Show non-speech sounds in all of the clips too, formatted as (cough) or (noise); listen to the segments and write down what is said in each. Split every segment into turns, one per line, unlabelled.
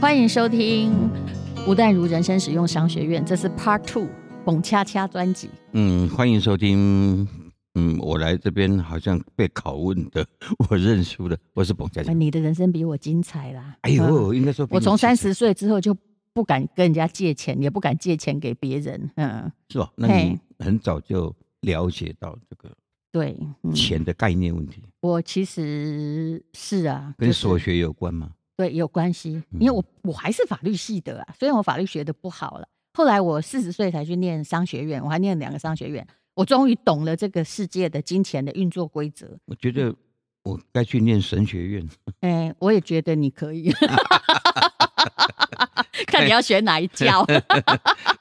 欢迎收听吴淡如人生使用商学院，这是 Part Two《蹦恰恰》专辑。
嗯，欢迎收听。嗯，我来这边好像被拷问的，我认输了，我是彭佳佳
哎。你的人生比我精彩啦！嗯
哎呦，应该说比
我
你
从
精
三
彩
十岁之后就不敢跟人家借钱，也不敢借钱给别人。嗯，
是吧？那
嘿
你很早就了解到这个
对，嗯、
钱的概念问题，
我其实是啊，
跟
嗯就是
所学嗯有关吗？
对，有关系，因为我我还是法律系的啊，虽然我法律学的不好了，后来我四十岁才去念商学院，我还念两个商学院，我终于懂了这个世界的金钱的运作规则。
我觉
嗯
得我该去念神
(laughs)
学院。
哎、我也觉得你可
(laughs)
以，看你要选哪一教。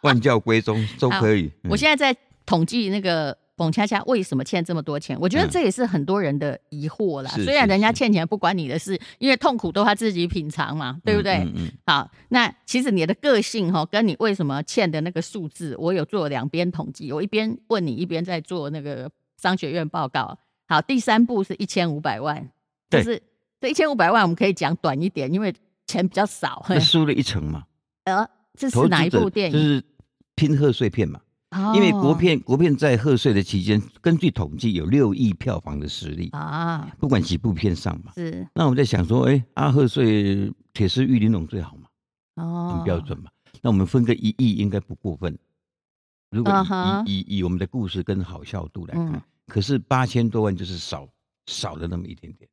万教归宗都可以。嗯
我现在在统计那个。董恰恰为什么欠这么多钱？我觉得
嗯
这也是很多人的疑惑啦。
是
虽然
是
人家
是
欠钱不关你的事，因为痛苦都他自己品尝嘛，对不对？
嗯嗯嗯
好，那其实你的个性哈、哦跟你为什么欠的那个数字，我有做两边统计，我一边问你，一边在做那个商学院报告。好，第三步是一千五百万，就
对
是这一千五百万我们可以讲短一点，因为钱比较少。嘿
那输了一层嘛。
呃，这 (laughs)
投
是
资
哪一
者
部电
就
影？
是拼贺岁片嘛，
哦
因为国片国片在贺岁的期间，根据统计有六亿票房的实力，
啊，
不管几部片上嘛。
是
那我在想说，哎，阿贺岁铁丝玉玲珑最好嘛，
哦
很，标准嘛。那我们分个一亿应该不过分。如果
嗯哼
以以以以我们的故事跟好笑度来看，
嗯
可是八千多万就是少少了那么一点点，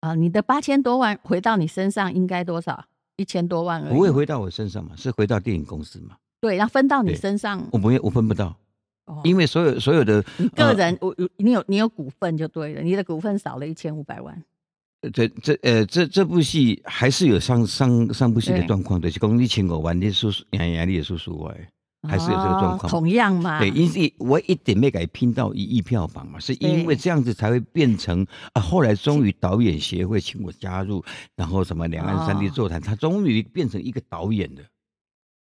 啊。你的八千多万回到你身上应该多少？一千多万而已。
不会回到我身上嘛，是回到电影公司嘛，
对，然后分到你
对
身上。
我没有我分不到，
嗯哦
因为所有所有的
你个
呃
人，我我你有你有股份就对了，你的股份少了一千五百万。
这这呃这这部戏还是有上上上部戏的
对
状况，就是讲你请我玩的叔叔，哎呀，你也叔叔我的，还是有这个状
哦
况。
同样嘛，
对，因为我一点没给拼到一亿票房嘛，是因为
对
这样子才会变成啊。后来终于导演协会请我加入，然后什么两岸三地
哦
座谈，他终于变成一个导演了。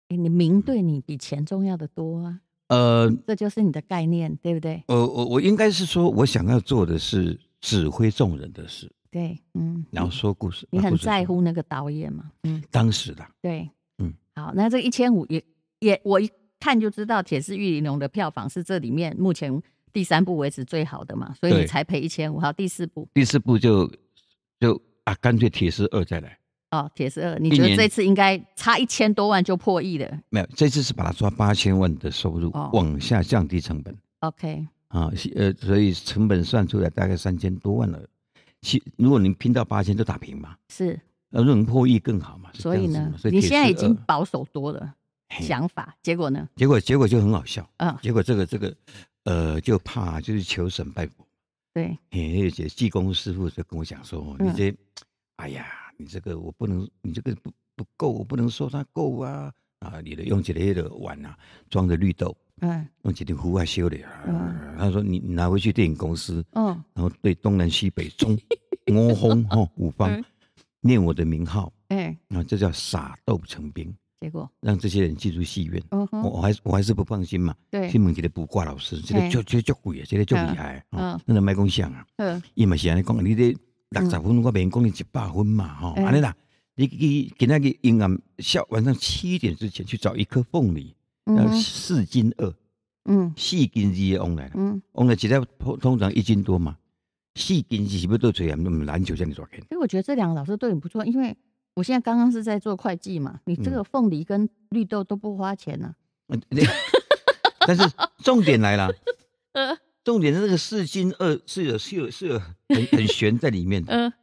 诶你名对你比钱重要的多啊，
呃，
这就是你的概念，对不对？
我我我应该是说，我想要做的是指挥众人的事，
对，嗯，
然后说故事。
你
把
很
故事
在
说
乎那个导演嘛，嗯，
当时的，
对，
嗯，
好，那这一千五也也我一看就知道《铁丝玉玲珑》的票房是这里面目前第三部为止最好的嘛，所以你
对
才赔一千五。好，第四部
第四部就就啊，干脆铁丝二再来。
哦，《铁丝二》，你
一
觉得
年
这次应该差一千多万就破亿了
没有，这次是把它抓八千万的收入，
哦
往下降低成本
？OK，
啊，是呃，所以成本算出来大概三千多万了。其如果您拼到八千就打平嘛，
是，
呃，能破亿更好嘛。是
所以
这样
呢
子嘛，
你
铁
现在
丝
已经
二
保守多了
嘿
想法，结果呢？
结果结果就很好笑，
嗯，
结果这个这个呃就怕就是求神拜佛，
对，
嘿，而且济公师傅就跟我讲说，
嗯
你这，哎呀，你这个我不能，你这个不不够，我不能说它够啊啊，你的用起来那个碗啊，装着绿豆。
嗯
用几天户外修的啊
嗯。
他说你你拿回去电影公司，
嗯，
然后对东南西北
(laughs)
中五方哈五
嗯
方念我的名号，
哎、
啊，这叫撒豆成兵，
结果，
让这些人进入戏院。
嗯
我
哼，
我还是我还是不放心嘛，
对
去，问一个卜卦老师，这
嘿
个就就就鬼啊，这个就厉害
嗯
啊
嗯，
那个卖讲像啊，
嗯，
伊嘛是安尼讲，你这六十分，我免讲你一百分嘛，吼，
嗯
安尼啦，你去今仔日阴暗下晚上七点之前去找一颗凤梨，
嗯
要
哼
四斤二，
嗯
四斤二的往来啦。
嗯，
我们一粒通通常一斤多嘛，四斤是要倒出来，唔篮球这样抓开。
所以我觉得这两个老师对你不错，因为我现在刚刚是在做会计嘛，你这
嗯
个凤梨跟绿豆都不花钱啊呢、
呃
(laughs)
对但是重点来了，
呃
重点是那个四斤二是有是有是有很很悬在里面的。
嗯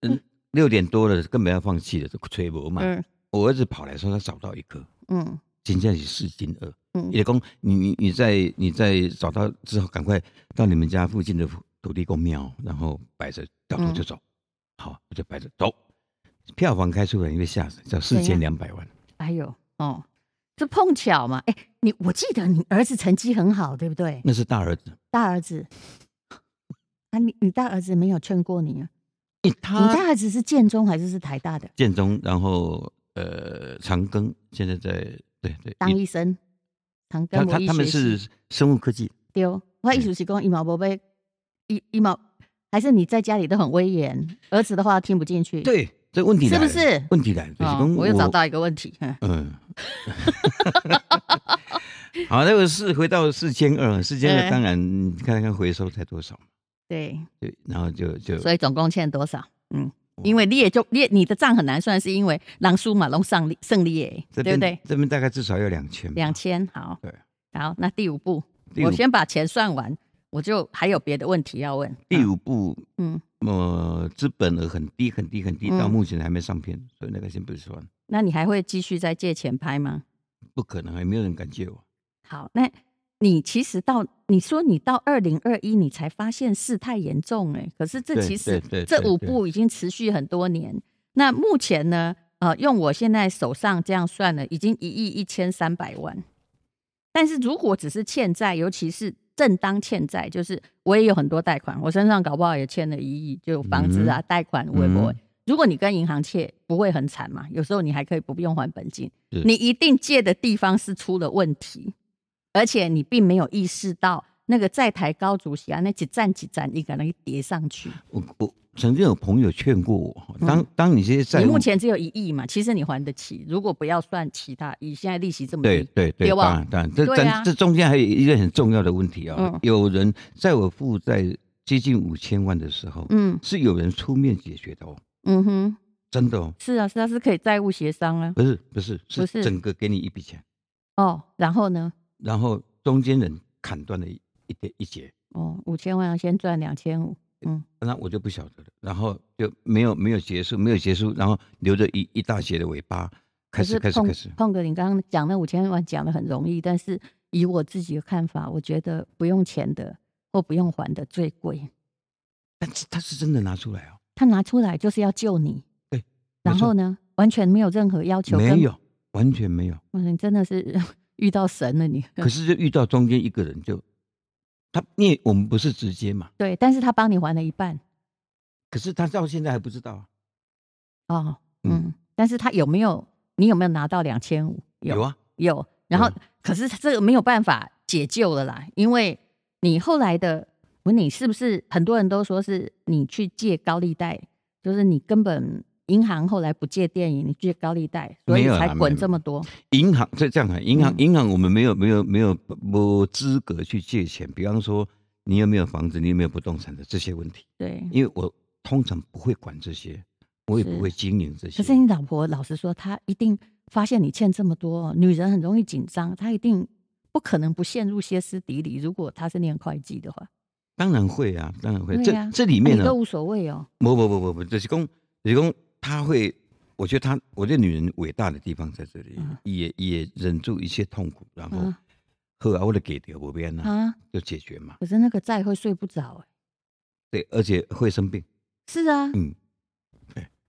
嗯，六点多了，根本要放弃了，就吹不嘛。
嗯
我儿子跑来说他找到一颗，
嗯
真正是四斤二。
嗯
也公，你你你在你在找到之后，赶快到你们家附近的土地公庙，然后摆着，掉
嗯
头就走。好，我就摆着走。票房开出来，你会吓死，叫四
怎
千
样
两百万。
哎呦，哦，这碰巧嘛，哎、你我记得你儿子成绩很好，对不对？
那是大儿子，
大儿子。 (laughs) 啊，你你大儿子没有劝过你啊？你
他
大儿子是建中还是是台大的？
建中，然后呃长庚，现在在对对，
当
一
医生，常
他
跟我
他
医
他们
学系
是嗯生物科技，
对，哦我意思是讲一毛不被一一毛，还是你在家里都很威严，儿子的话听不进去。，
对这问题
是不
来了
是
问题来了，就是
哦
讲
我又找到一个问题， (laughs) 嗯
嗯， (laughs) 好，那个是回到四千二，四千
嗯
二当然你看看回收才多少，
对，
对，然后就就
所以总共欠多少？嗯，因为你也就你也你的账很难算，是因为狼叔马龙上利胜利耶，
这
对不
边
对？
这边大概至少要两千，
两千，好，
对，
好，那第五步，
第五
我先把钱算完，我就还有别的问题要问。
第五步，
嗯，
呃，资本额很低很低很低，
嗯
到目前还没上片，所以那个先不算，
那你还会继续再借钱拍吗？
不可能，也没有人敢借我。
好，那你其实到你说你到二零二一，你才发现事态严重哎、可是这
对
其实
对对
这
对
五
对
步已经持续很多年。那目前呢，呃，用我现在手上这样算呢，已经一亿一千三百万。但是如果只是欠债，尤其是正当欠债，就是我也有很多贷款，我身上搞不好也欠了一亿，就房子啊、贷款，我我、
嗯
如果你跟银行借，不会很惨嘛？有时候你还可以不用还本金，
是
你一定借的地方是出了问题，而且你并没有意识到那个债台高筑起啊，那几站几站，你可能叠上去。
我我曾经有朋友劝过我，
嗯
当、当你这些
你
债务
目，前只有一亿嘛，其实你还得起，如果不要算其他，以现在利息这么低，
对对对，
对
当
吧
然当然，这
对
但、
嗯啊
这中间还有一个很重要的问题啊、
嗯
有人在我负债接近五千万的时候，
嗯
是有人出面解决的哦，
嗯哼，
真的哦，
是啊，是啊，是可以债务协商啊。
不是不是
不
是
是
整个给你一笔钱，
哦，然后呢？
然后中间人砍断了一一点一截，
哦，五千万要先赚两千五，嗯，
那我就不晓得了，然后就没有没有结束，没有结束，然后留着一一大截的尾巴，开
可
始
是
开始
碰
开始，
碰哥，你刚刚讲那五千万讲的很容易，但是以我自己的看法，我觉得不用钱的或不用还的最贵。
但是他是真的拿出来哦，
他拿出来就是要救你，
对，
然
没错
后呢，完全没有任何要求，
没，有，完全没有。
哇，你真的是 (laughs) 遇到神了你。
可是就遇到中间一个人就，他因为我们不是直接嘛，
对，但是他帮你还了一半
可是他到现在还不知道啊，
哦，嗯
嗯，
但是他有没有，你有没有拿到两千五？
有啊，
有，然后
有
可是这个没有办法解救了啦，因为你后来的，我你是不是很多人都说是你去借高利贷，就是你根本银行后来不借电影，你借高利贷，所以
没有啦
才
没有
滚
没有
这么多。
银行这这样看，银行
嗯
银行我们没有没有没有不资格去借钱，比方说你有没有房子，你有没有不动产的这些问题，
对，
因为我通常不会管这些，我也
是
不会经营这些
可。是你老婆老实说，她一定发现你欠这么多，哦女人很容易紧张，她一定不可能不陷入歇斯底里。如果她是念会计的话，
当然会啊，当然会。
对呀
这这里
你
面呢
都，无所谓哦。
不不不不不，就是公就是公，他会，我觉得他，我觉得女人伟大的地方在这里，
嗯
也也忍住一切痛苦，然后
啊
后来为了给掉不变啊，
啊！
就解决嘛。
可是那个债会睡不着、欸，
对，而且会生病。
是啊，
嗯，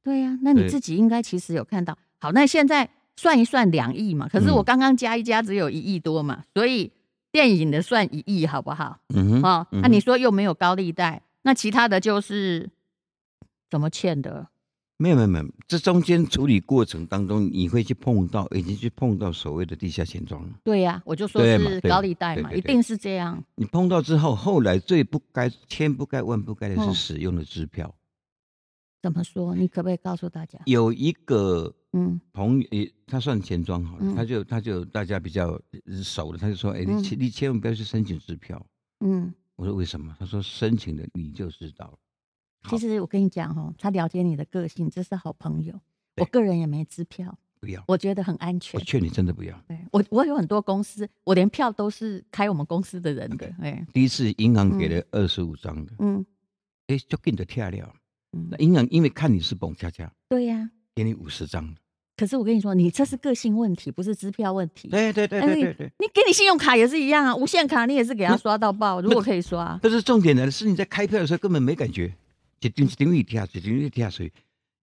对呀、那你
对
自己应该其实有看到。好，那现在算一算两亿嘛，可是我
嗯
刚刚加一加只有一亿多嘛，所以电影的算一亿好不好？
嗯哼，
哦，那、
嗯
你说又没有高利贷，那其他的就是怎么欠的？
没有没有没有，这中间处理过程当中，你会去碰到，已经去碰到所谓的地下钱庄了。
对呀、我就说
对嘛
是
对
高
嘛
利贷嘛，
对对
一定是这样。
你碰到之后，后来最不该、千不该、万不该的
嗯
是使用的支票。
怎么说？你可不可以告诉大家？
有一个
嗯
朋友，也他算钱庄好了，
嗯
他就他就大家比较呃熟的，他就说：“哎、
嗯
你千你千万不要去申请支票。
嗯，”
我说：“为什么？”他说：“申请了你就知道了。
其实我跟你讲哦，他了解你的个性，这是好朋友。
对
我个人也没支票，
不要，
我觉得很安全
我。劝你真的不要。
对我，我有很多公司，我连票都是开我们公司的人的
OK。
哎、
第一次银行给了二十五张的，
嗯
哎、就给你的跳了。
嗯
那，银行因为看你是蹦恰恰，
对呀、
给你五十张的。
可是我跟你说，你这是个性问题，不是支票问题。
对对对
但是
对对对。
你给你信用卡也是一样啊，无限卡你也是给他刷到爆，如果可以刷，
但是重点呢，是你在开票的时候根本没感觉，一定一定一跳，一定一跳水。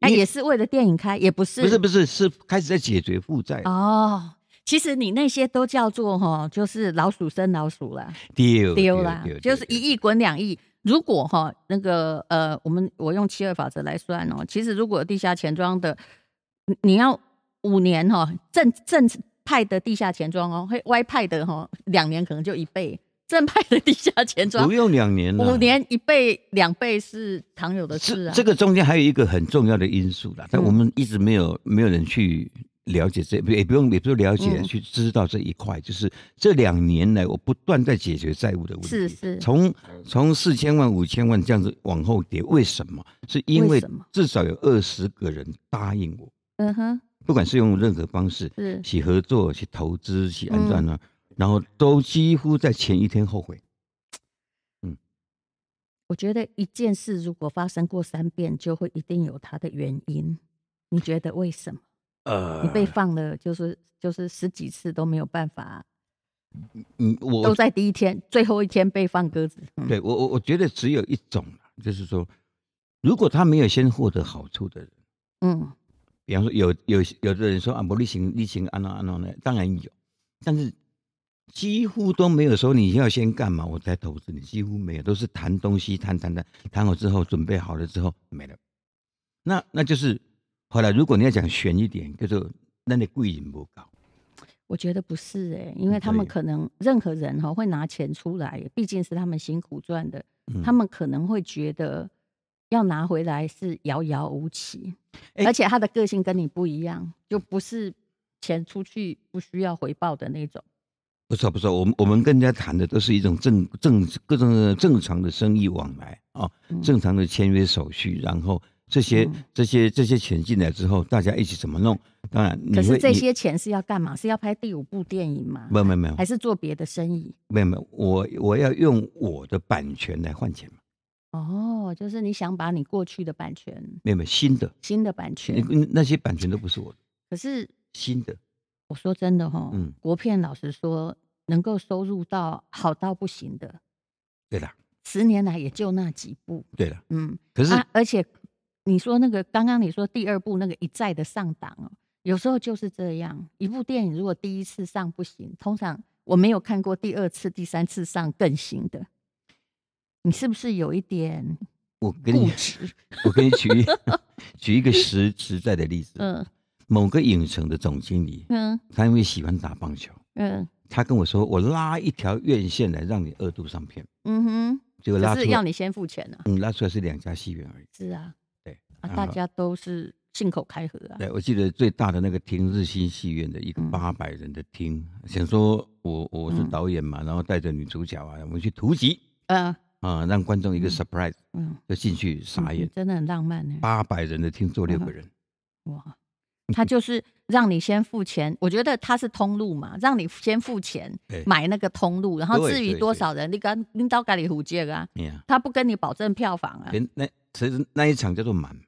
那
因为
也是为了电影开，也不是
不是不是，是开始在解决负债。
哦。其实你那些都叫做哈，就是老鼠生老鼠啦，
丢
丢啦
丢，
就是一
丢
亿滚两亿。如果哈那个呃，我们我用七二法则来算哦，其实如果地下钱庄的，你你要五年哈正正派的地下钱庄哦，会歪派的哈，两年可能就一倍，正派的地下钱庄
不，用两年了，
五年一倍、两倍是常有的事
这
啊。
这个中间还有一个很重要的因素啦，但
嗯
我们一直没有没有人去了解这，也不用也不用了解、
嗯
去知道这一块，就是这两年来我不断在解决债务的问题，
是是
从从四千万五千万这样子往后跌，为什么？是因
为
为
什么
至少有二十个人答应我，
嗯哼，
不管是用任何方式
是
去合作、去投资、去
嗯
安装呢，然后都几乎在前一天后悔。
我觉得一件事如果发生过三遍，就会一定有它的原因。你觉得为什么？
呃
你被放了，就是就是十几次都没有办法，
嗯，我
都在第一天、最后一天被放鸽子。嗯，
对我我我觉得只有一种啦，就是说，如果他没有先获得好处的人，
嗯
比方说有有有的人说啊，不例行例行安哪安哪呢，当然有，但是几乎都没有说你要先干嘛我才投资你，几乎没有，都是谈东西谈谈谈谈好之后准备好了之后没了，那那就是后来如果你要讲悬一点，叫做那你贵人不高，
我觉得不是哎、因为他
对
们可能任何人哈会拿钱出来，毕竟是他们辛苦赚的，
嗯
他们可能会觉得要拿回来是遥遥无期，
哎
而且他的个性跟你不一样，就不是钱出去不需要回报的那种。
不错不错，我们我们跟人家谈的都是一种正正各种正常的生意往来啊、
嗯
正常的签约手续，然后这些、
嗯
这些这些钱进来之后，大家一起怎么弄？当然你
可
会，
是这
你
些钱是要干嘛？是要拍第五部电影吗？
没有没有没有
还是做别的生意？
没有没有，我我要用我的版权来换钱嘛，
哦，就是你想把你过去的版权、
没有没有新的，
新的版
那
权，
那些版权都不是我的，
可是
新的
我说真的哈、
嗯
国片老实说，能够收入到好到不行的，
对啦
十年来也就那几部，
对啦，
嗯，
可是、
啊，而且你说那个刚刚你说第二部那个一再的上档哦，有时候就是这样，一部电影如果第一次上不行，通常我没有看过第二次、第三次上更行的，你是不是有一点
我给
固
你 (laughs)
执？
我给你举
(laughs)
一举一个实实在的例子，
嗯
某个影城的总经理，
嗯
他因为喜欢打棒球。
嗯
他跟我说，我拉一条院线来让你二度上片，
嗯哼，
结果拉
可
出
是要
来，
你先付钱啊，
嗯，拉出来是两家戏院而已。
是啊，
对
啊，
然
大
后
家都是信口开河啊，
对，我记得最大的那个厅日新戏院的一个
嗯
八百人的厅，想说我我是
嗯
导演嘛，然后带着女主角啊，我们去突击
嗯
啊，让观众一个
嗯
surprise，
嗯，
就进去傻
嗯
眼。
真的很浪漫呢、
八百人的厅坐六个人，
哇，
嗯
他就是让你先付钱，我觉得他是通路嘛，让你先付钱
对
买那个通路，然后
对
至于
对
多
对
少人，你跟你到咖喱虎借啊，
哎呀，
他不跟你保证票房啊，
连那其实那一场叫做满嘛，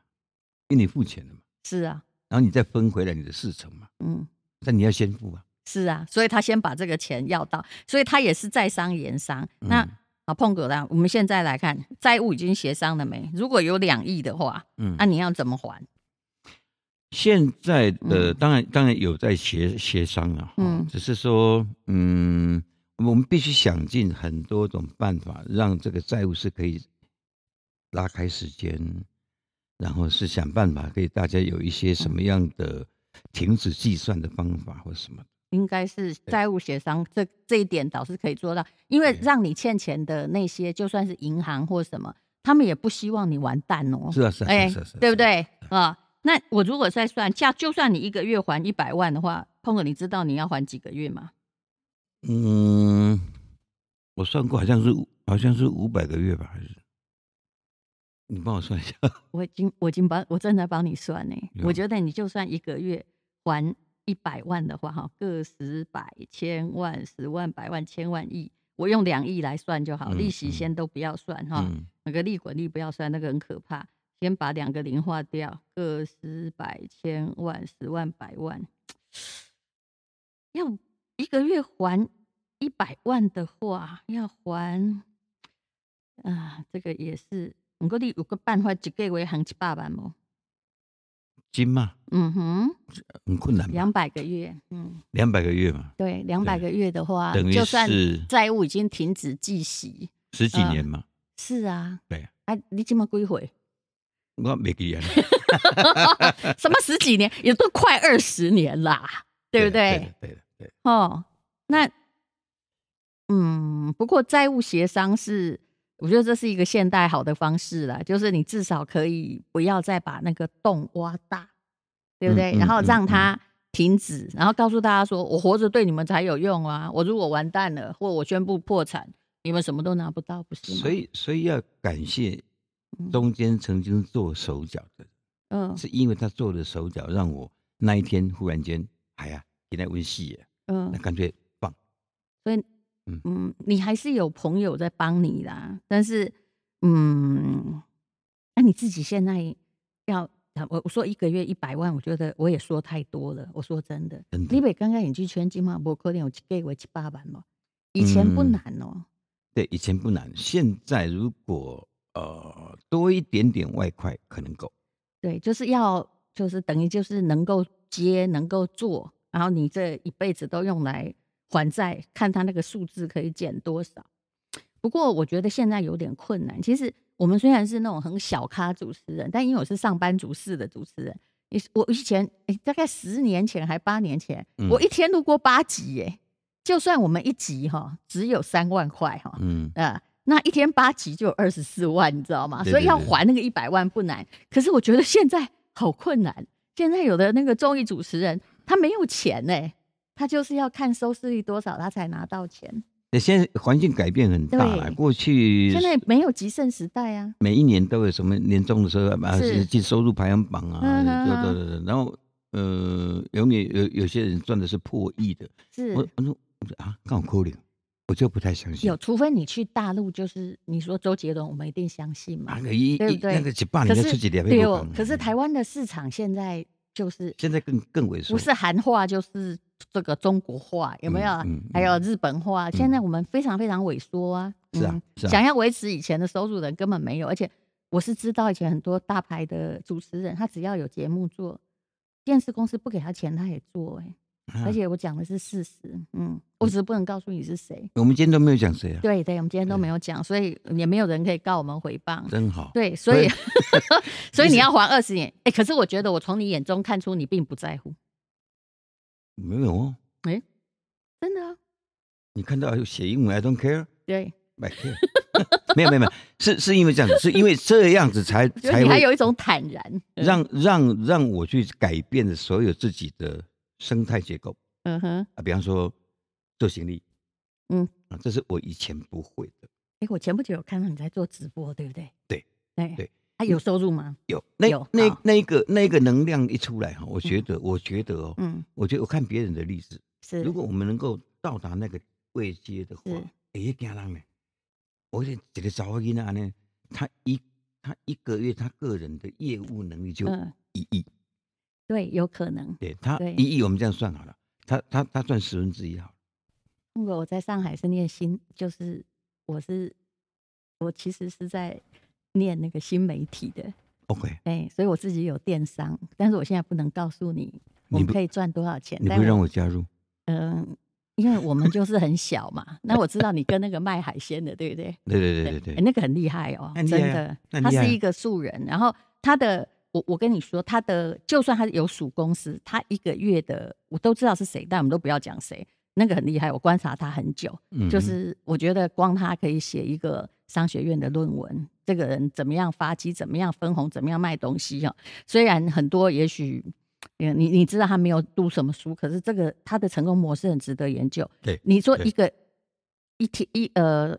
因为你付钱了嘛，
是啊，
然后你再分回来你的四成嘛，
嗯。
但你要先付啊。
是啊，所以他先把这个钱要到，所以他也是在商言商。那
嗯
好，碰哥啦，我们现在来看债务已经协商了没？如果有两亿的话，
嗯
那、你要怎么还？
现在的、
嗯
当然当然有在协协商了、啊，
嗯
只是说，嗯，我们必须想尽很多种办法，让这个债务是可以拉开时间，然后是想办法给大家有一些什么样的停止计算的方法或什么。
应该是债务协商，这这一点倒是可以做到，因为
对
让你欠钱的那些，就算是银行或什么，他们也不希望你完蛋哦。
是啊，是啊，
哎、
是啊，是啊是啊
对不？对啊？那我如果再算，假就算你一个月还一百万的话，碰哥，你知道你要还几个月吗？
嗯，我算过，好像是五好像是五百个月吧，还是？你帮我算一下。
我已经我已经帮我正在帮你算呢、
有
我觉得你就算一个月还一百万的话，哈，个十百千万十万百万千万亿，我用两亿来算就好，
嗯
利息
嗯
先都不要算哈。
嗯，
那个利滚利不要算，那个很可怕。先把两个零划掉，个十百千万十万百万，要一个月还一百万的话，要还啊，这个也是。不过你有个办法，一个月还一百万哦。
金嘛，
嗯哼，
很困难吧。
两百个月，嗯，
两百个月嘛，
对，两百个月的话，
等于
就算
是
债务已经停止计息，
十
嗯
几年嘛，
是啊，
对啊
啊，你今么归回？
我没给啊，
(laughs) 什么十几年，也都快 (laughs) 二十年啦，对不对？
对的，对的，对的。
哦，那嗯，不过债务协商是，我觉得这是一个现代好的方式啦，就是你至少可以不要再把那个洞挖大，对不对？
嗯嗯
然后
嗯
让它停止，然后告诉大家说，我活着对你们才有用啊！我如果完蛋了，或我宣布破产，你们什么都拿不到，不是吗？
所以，所以要感谢
嗯
中间曾经做手脚的，
嗯
是因为他做的手脚，让我那一天忽然间，哎呀，给他温戏耶，
嗯
那，干脆放。
所以
嗯，
嗯，你还是有朋友在帮你啦，但是，嗯，那你自己现在要，啊我我说一个月一百万，我觉得我也说太多了。我说真的，
真的
你北刚刚演剧圈金嘛，不可能有给我七八万嘛，以前不
嗯
难哦、
对，以前不难，现在如果呃多一点点外快，可能够。
对，就是要就是等于就是能够接，能够做，然后你这一辈子都用来还债，看他那个数字可以减多少。不过我觉得现在有点困难。其实我们虽然是那种很小咖主持人，但因为我是上班族式的主持人，你我以前诶大概十年前还八年前，我
嗯
一天录过八集耶。就算我们一集哈只有三万块哈，
嗯，
呃，那一天八集就有二十四万，你知道吗？
对
所以
对
要
对
还那个一百万不难，可是我觉得现在好困难。现在有的那个综艺主持人，他没有钱呢、他就是要看收视率多少，他才拿到钱。
那现在环境改变很大了，
对
过去
现在没有极盛时代啊，
每一年都有什么年终的时候啊，
是
是进收入排行榜啊，
嗯哼
对对对对，然后呃，永远有有些人赚的是破亿的，
是
我我说我说啊，刚好扣零，我就不太相信
嗯有，。除非你去大陆，就是你说周杰伦，我们一定相信嘛
那。个一一
对不对
啊那个几百
可
年才
是
出几两
对哦，可是台湾的市场现在就是
现在更更萎缩，
不是韩话就是这个中国话，有没啊有？
嗯嗯
还有日本话，现在我们非常非常萎缩啊。
是啊
嗯
是啊
想要维持以前的收入的人根本没有，而且我是知道以前很多大牌的主持人，他只要有节目做，电视公司不给他钱他也做、欸，
啊
而且我讲的是事实，嗯，我只是不能告诉你是谁。
我们今天都没有讲谁啊，
对对，我们今天都
对
没有讲，所以也没有人可以告我们诽谤。
真好。哎
对，所以 (laughs) 所以你
其实
要还二十年，哎、可是我觉得我从你眼中看出你并不在乎，
没有哦，
真的、啊，
你看到有写英文，I don't care。
对。
买 care，没 (laughs) 有没有没有，是是因为这样子，是因为这样子才
我觉得
才
你还
会
有一种坦然，嗯
让让让我去改变了所有自己的生态结构
嗯哼，
啊，比方说做行李，
嗯
啊，这是我以前不会的，
哎，我前不久有看到你在做直播，对不对？
对
对
对，嗯
啊，有收入吗？
有那
有
那
好
那个那个能量一出来哈，我觉得我觉得哦，
嗯，
我觉得我看别人的例子，
是。
如果我们能够到达那个位阶的话
是，
哎，也惊人呢。我一个一个查某囡仔呢，他一他一个月他个人的业务能力就
嗯，
一亿，
对，有可能。
对他
对
一亿，我们这样算好了，他他他赚十分之一好了，
如果我在上海是念新，就是我是我其实是在念那个新媒体的，
OK，
哎，所以我自己有电商，但是我现在不能告诉你我
你
们
不
可以赚多少钱。
你不
但
会让我加入？
嗯，因为我们就是很小
(laughs)
嘛。那我知道你跟那个卖海鲜的，对不对？
对对对对
欸
对，
那个很厉害哦，
很厉
真
害啊
的，
那很
他
厉害
是
啊
一个素人，然后他的。我我跟你说，他的就算他有属公司，他一个月的我都知道是谁，但我们都不要讲谁。那个很厉害，我观察他很久，
嗯
就
哼
是我觉得光他可以写一个商学院的论文，这个人怎么样发迹，怎么样分红，怎么样卖东西哦。虽然很多也许，嗯你你知道他没有读什么书，可是这个他的成功模式很值得研究。
对
你说
对
一个一天一呃，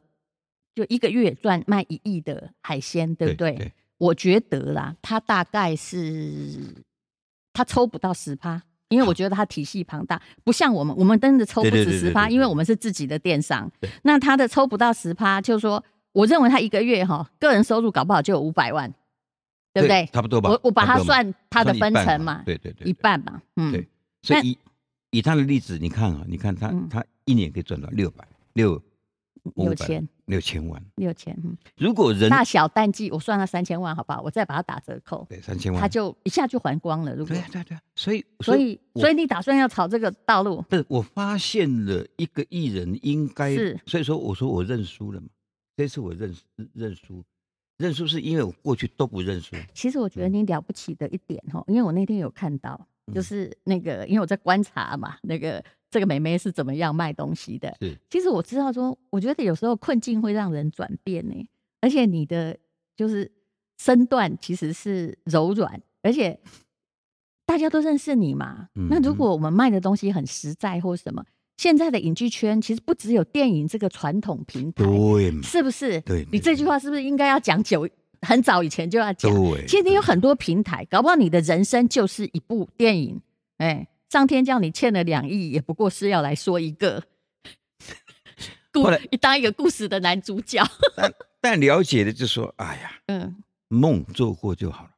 就一个月赚卖一亿的海鲜，对不对？
对，
我觉得啦，他大概是他抽不到十趴，因为我觉得他体系庞大，不像我们，我们真的抽不止
对对对对
十趴，
对
因为我们是自己的电商
对。
那他的抽不到十趴，就是说，我认为他一个月哈，个人收入搞不好就有五百万，对不对？
差不多吧。
我我把
差
它
不多嘛
算他的
算一
分
半
成嘛，
对对对，
一
对
半嘛，嗯
对，所
那
以以以他的例子，你看啊，你看他
嗯
他一年可以赚到六百六
六千
六千万，
六千，嗯
如果人
大小淡季我算了三千万，好不好？我再把它打折扣，
对三千万，
他就一下就还光了。如果
对啊对啊对啊，所以
所以
我
所以你打算要朝这个道路？
不是我发现了一个艺人应该
是，
所以说我说我认输了嘛，这次我认输认输，认输是因为我过去都不认输，
其实我觉得你了不起的一点哈，因为我那天有看到，就
嗯嗯
是那个，因为我在观察嘛，那个这个妹妹是怎么样卖东西的。
是
其实我知道说，我觉得有时候困境会让人转变呢，而且你的就是身段其实是柔软，而且大家都认识你嘛。
嗯
那如
嗯
果我们卖的东西很实在或什么，现在的影剧圈其实不只有电影这个传统平台，
对嘛
是不是？
对
你这句话是不是应该要讲久很早以前就要讲？
对，
其实你有
对
很多平台，搞不好你的人生就是一部电影。哎、上天叫你欠了两亿，也不过是要来说一个 (laughs) 故
后来，
你当一个故事的男主角。
但了解的就说，哎呀，
嗯，
梦做过就好了。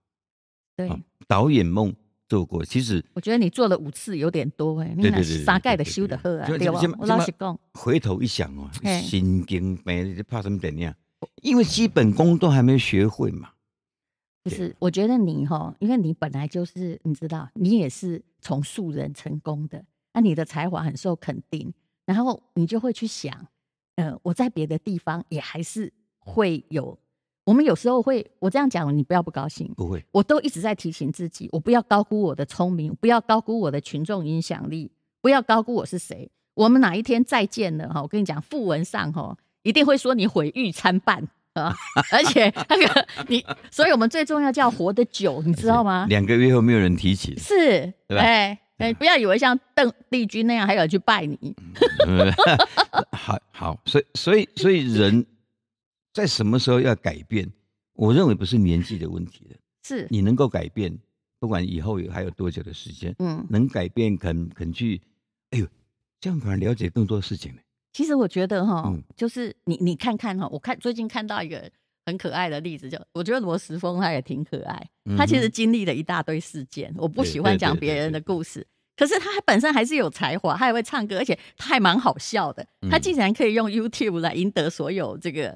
对，
啊导演梦做过，其实
我觉得你做了五次有点多哎、你
对
那
对对对
三盖的
对对
修的喝啊，
对
对吧
这这？
我老实
这
讲，
回头一想哦
嘿，
神经病，你怕什么电影？啊因为基本功都还没学会嘛。
就
对
是我觉得你哈，因为你本来就是你知道，你也是从素人成功的，那你的才华很受肯定，然后你就会去想，呃，我在别的地方也还是会有。我们有时候会，我这样讲你不要不高兴，
不会，
我都一直在提醒自己，我不要高估我的聪明，不要高估我的群众影响力，不要高估我是谁。我们哪一天再见了哈，我跟你讲，副文上哈一定会说你毁誉参半啊，而且那个你，所以我们最重要叫活得久，你知道吗？，
两个月后没有人提起
是，
对吧
哎
对
哎，
吧
不要以为像邓丽君那样还有人去拜你，
嗯 (laughs) 好好，所以所以所以人在什么时候要改变？我认为不是年纪的问题的，
是，
你能够改变，不管以后有还有多久的时间，
嗯，
能改变肯肯去，哎呦，这样反而了解更多事情呢。
其实我觉得哈
嗯，
就是你你看看哈，我看最近看到一个很可爱的例子，就我觉得罗时丰他也挺可爱，他其实经历了一大堆事件，我不
嗯对
喜欢
对
讲
对
别
对
人的
对
故事。可是他本身还是有才华，他还会唱歌，而且他还蛮好笑的。他
嗯
竟然可以用 YouTube 来赢得所有这个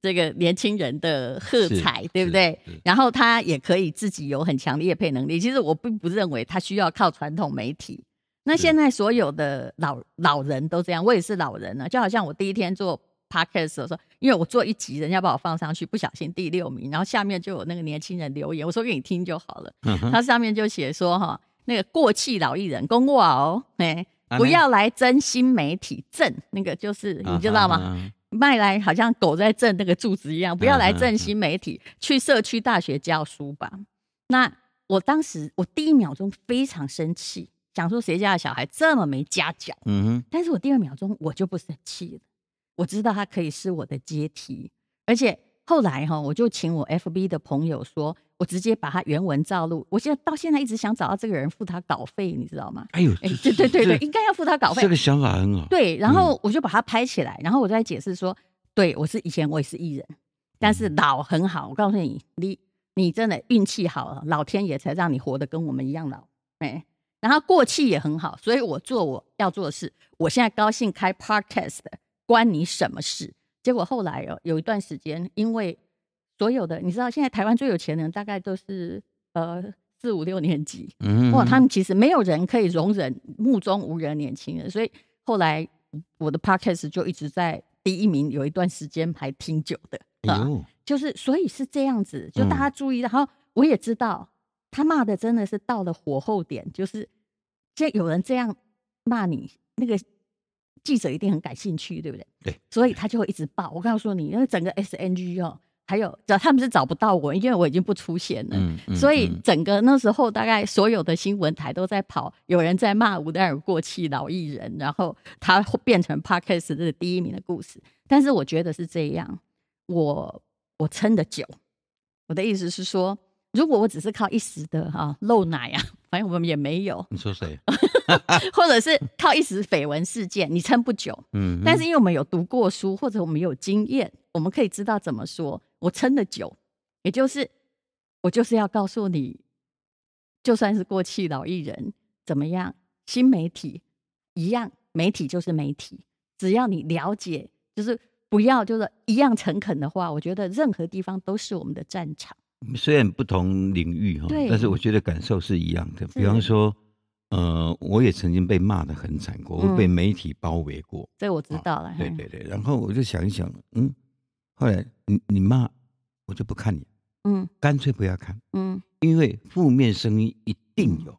这个年轻人的喝
是
彩，对不
是
对
是？
然后他也可以自己有很强烈配能力。其实我并不认为他需要靠传统媒体。那
是
现在所有的老老人都这样，我也是老人啊，就好像我第一天做 podcast 的时候，因为我做一集，人家把我放上去，不小心第六名，然后下面就有那个年轻人留言，我说给你听就好了。
嗯哼
他上面就写说哈，那个过气老艺人公话哦，哎、
啊
不
那
要来争新媒体挣，那个就是你知道吗？
啊哈啊哈
卖来好像狗在挣那个柱子一样，不要来
嗯嗯
挣新媒体，去社区大学教书吧。那我当时我第一秒钟非常生气，想说谁家的小孩这么没家教。
嗯哼，
但是我第二秒钟我就不生气了，我知道他可以是我的阶梯，而且后来哈，我就请我 FB 的朋友说，我直接把他原文照录。我现在到现在一直想找到这个人付他稿费，你知道吗？
哎呦，
哎、
这
对对对对，
(laughs) 这
应该要付他稿费
这。个想法很好。
对，然后我就把它拍起来，然后我再解释说，对我是以前我也是艺人，但是老很好，我告诉你，你你真的运气好了，老天爷才让你活得跟我们一样老，哎，然后过气也很好，所以我做我要做的事，我现在高兴开 podcast，关你什么事？结果后来哦，有一段时间，因为所有的你知道，现在台湾最有钱的人大概都是呃四五六年级，
嗯哼，
哇，他们其实没有人可以容忍目中无人的年轻人，所以后来我的 podcast 就一直在第一名，有一段时间还挺久的。啊
哎呦，
就是所以是这样子，就
嗯
大家注意，然后我也知道他骂的真的是到了火候点，就是这有人这样骂你，那个记者一定很感兴趣，对不对？
对，
所以他就会一直报。我告诉你，因为整个 SNG 哦，还有找他们是找不到我，因为我已经不出现了。
嗯嗯
所以
嗯
整个那时候，大概所有的新闻台都在跑，有人在骂吴丹尔过气老艺人，然后他变成 podcast 的第一名的故事。但是我觉得是这样，我我撑得久。我的意思是说，如果我只是靠一时的哈、漏奶啊， (laughs) 反正我们也没有，
你说谁？
呃或者是靠一时绯闻事件，你撑不久。
嗯哼，
但是因为我们有读过书，或者我们有经验，我们可以知道怎么说。我撑得久，也就是我就是要告诉你，就算是过气老艺人怎么样，新媒体一样，媒体就是媒体，只要你了解，就是不要就是一样诚恳的话，我觉得任何地方都是我们的战场。
虽然不同领域哈
对，
但是我觉得感受是一样的。比方说，呃，我也曾经被骂得很惨过，
嗯哎
我被媒体包围过。
这我知道了。
哦
嗯
对
嘿
对对，然后我就想一想，嗯，后来你你骂我就不看你，
嗯
干脆不要看，
嗯
因为负面声音一定有。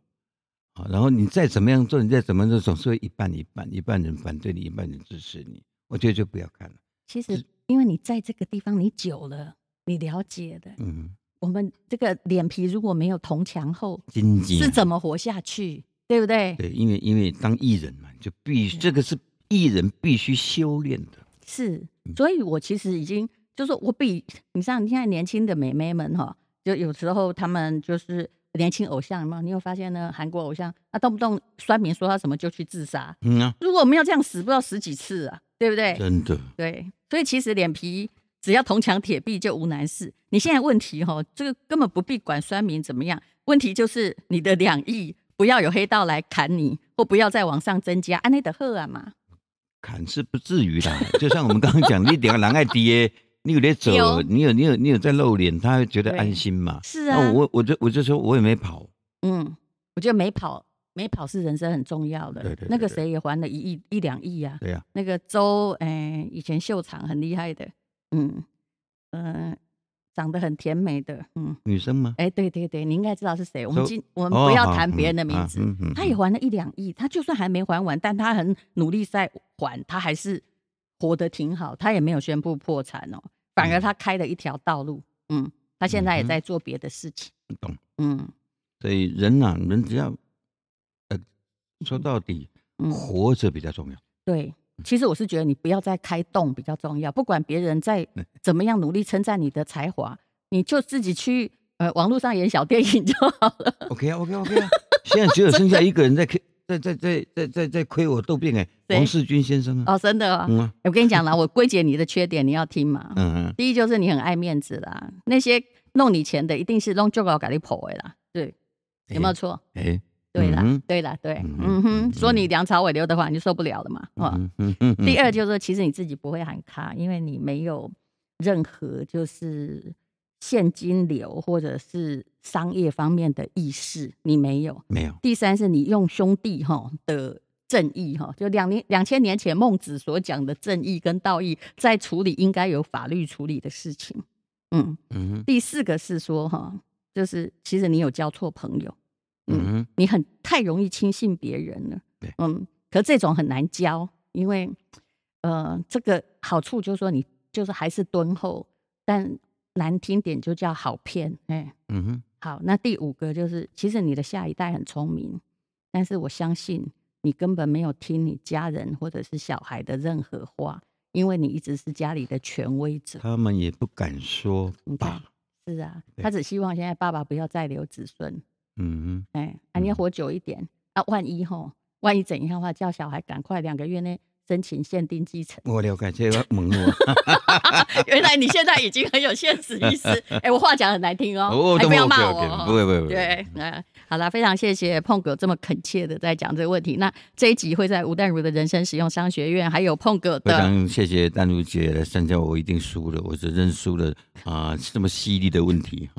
啊，然后你再怎么样做，你再怎么做，总是会一半一半，一半人反对你，一半人支持你。我觉得就不要看了。
其实因为你在这个地方你久了，你了解的，
嗯，
我们这个脸皮如果没有铜墙厚，
经济
是怎么活下去？对不对？
嗯对，因为因为当艺人嘛，就必须这个是艺人必须修炼的。
是，所以我其实已经就是我比你像现在年轻的美眉们哈，就有时候她们就是年轻偶像嘛，你有发现呢？韩国偶像啊，动不动酸民说他什么就去自杀，
嗯啊，
如果没有这样死，不知道十几次啊，对不对？
真的，
对，所以其实脸皮只要铜墙铁壁就无难事。你现在问题哈，这个根本不必管酸民怎么样，问题就是你的两翼不要有黑道来砍你，或不要再往上增加，安内的赫啊嘛，
砍是不至于啦。 (laughs) 就像我们刚刚讲，你点个狼爱
(laughs)
爹，你有在走，
有
你有你有你有在露脸，他会觉得
对
安心嘛。
是啊，
那我我就我就说我也没跑，
嗯，我觉得没跑没跑是人生很重要的。
对对对
那个
对
谁也还了一亿一两亿啊。
对呀、
那个周，哎、以前秀场很厉害的，嗯嗯、呃长得很甜美的，嗯，
女生吗？
哎、对对对，你应该知道是谁。我们
周
今我们不要
好
谈别
嗯
人的名
啊
字，
嗯嗯
他也
嗯
还了一两亿，他就算还没还完，但他很努力在还，他还是活得挺好，他也没有宣布破产哦，反而
嗯
他开了一条道路，嗯，他现在也
嗯哼
在做别的事情，
懂。
嗯
所以人呐、人只要呃，说到底，
嗯。
活着比较重要。
对，
嗯
其实我是觉得你不要再开动比较重要，不管别人在
对
怎么样努力称赞你的才华，你就自己去呃网络上演小电影就好了。
OK 啊，OK 啊 OK 啊，现在只有剩下一个人在在在在在在在亏我豆病哎、
谁
王世军先生啊，
哦，真的、哦，
嗯啊，
我跟你讲啦，我归结你的缺点，你要听嘛。
嗯嗯，
第一就是你很爱面子啦，那些弄你钱的一定是弄就搞给你破的啦，对，有没有错？
哎？哎，
对啦，
嗯
对啦，对，
嗯
嗯
嗯
哼，说你梁朝伟、刘德华，你就受不了了嘛，哦。
嗯嗯嗯嗯
第二就是说，其实你自己不会喊卡，因为你没有任何就是现金流或者是商业方面的意识，你没有。
没有，
第三是你用兄弟哈的正义哈，就两年两千年前孟子所讲的正义跟道义，在处理应该有法律处理的事情。嗯，
嗯
第四个是说哈，就是其实你有交错朋友，
嗯嗯，
你很太容易轻信别人了
对。
嗯，可这种很难教，因为呃，这个好处就是说你就是还是敦厚，但难听点就叫好骗。哎、
嗯哼，
好，那第五个就是，其实你的下一代很聪明，但是我相信你根本没有听你家人或者是小孩的任何话，因为你一直是家里的权威者。
他们也不敢说
你看
吧，，
是啊，
对
他只希望现在爸爸不要再留子孙。
嗯
哎，啊，你要
嗯
活久一点啊，万一吼，万一怎样的话，叫小孩赶快两个月内申请限定继承。 (laughs)
哼，我了解这个猛哦我，
原来你现在已经很有现实意识，哎、我话讲很难听哦，
我
哎
懂
不要骂
我
我
懂
哦，
不会不会不会，
对，嗯，好啦，非常谢谢碰哥这么恳切的在讲这个问题。那这一集会在吴淡如的人生实用商学院，还有碰哥
非
的
常谢谢丹如姐来参加，我一定输了，我只认输了啊、这么犀利的问题，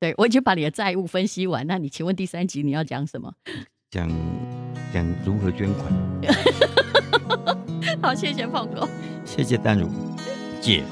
对我已经把你的债务分析完。那你请问第三集你要讲什么？ (laughs)
讲讲如何捐款，
好，谢谢碰哥。
谢谢丹如姐。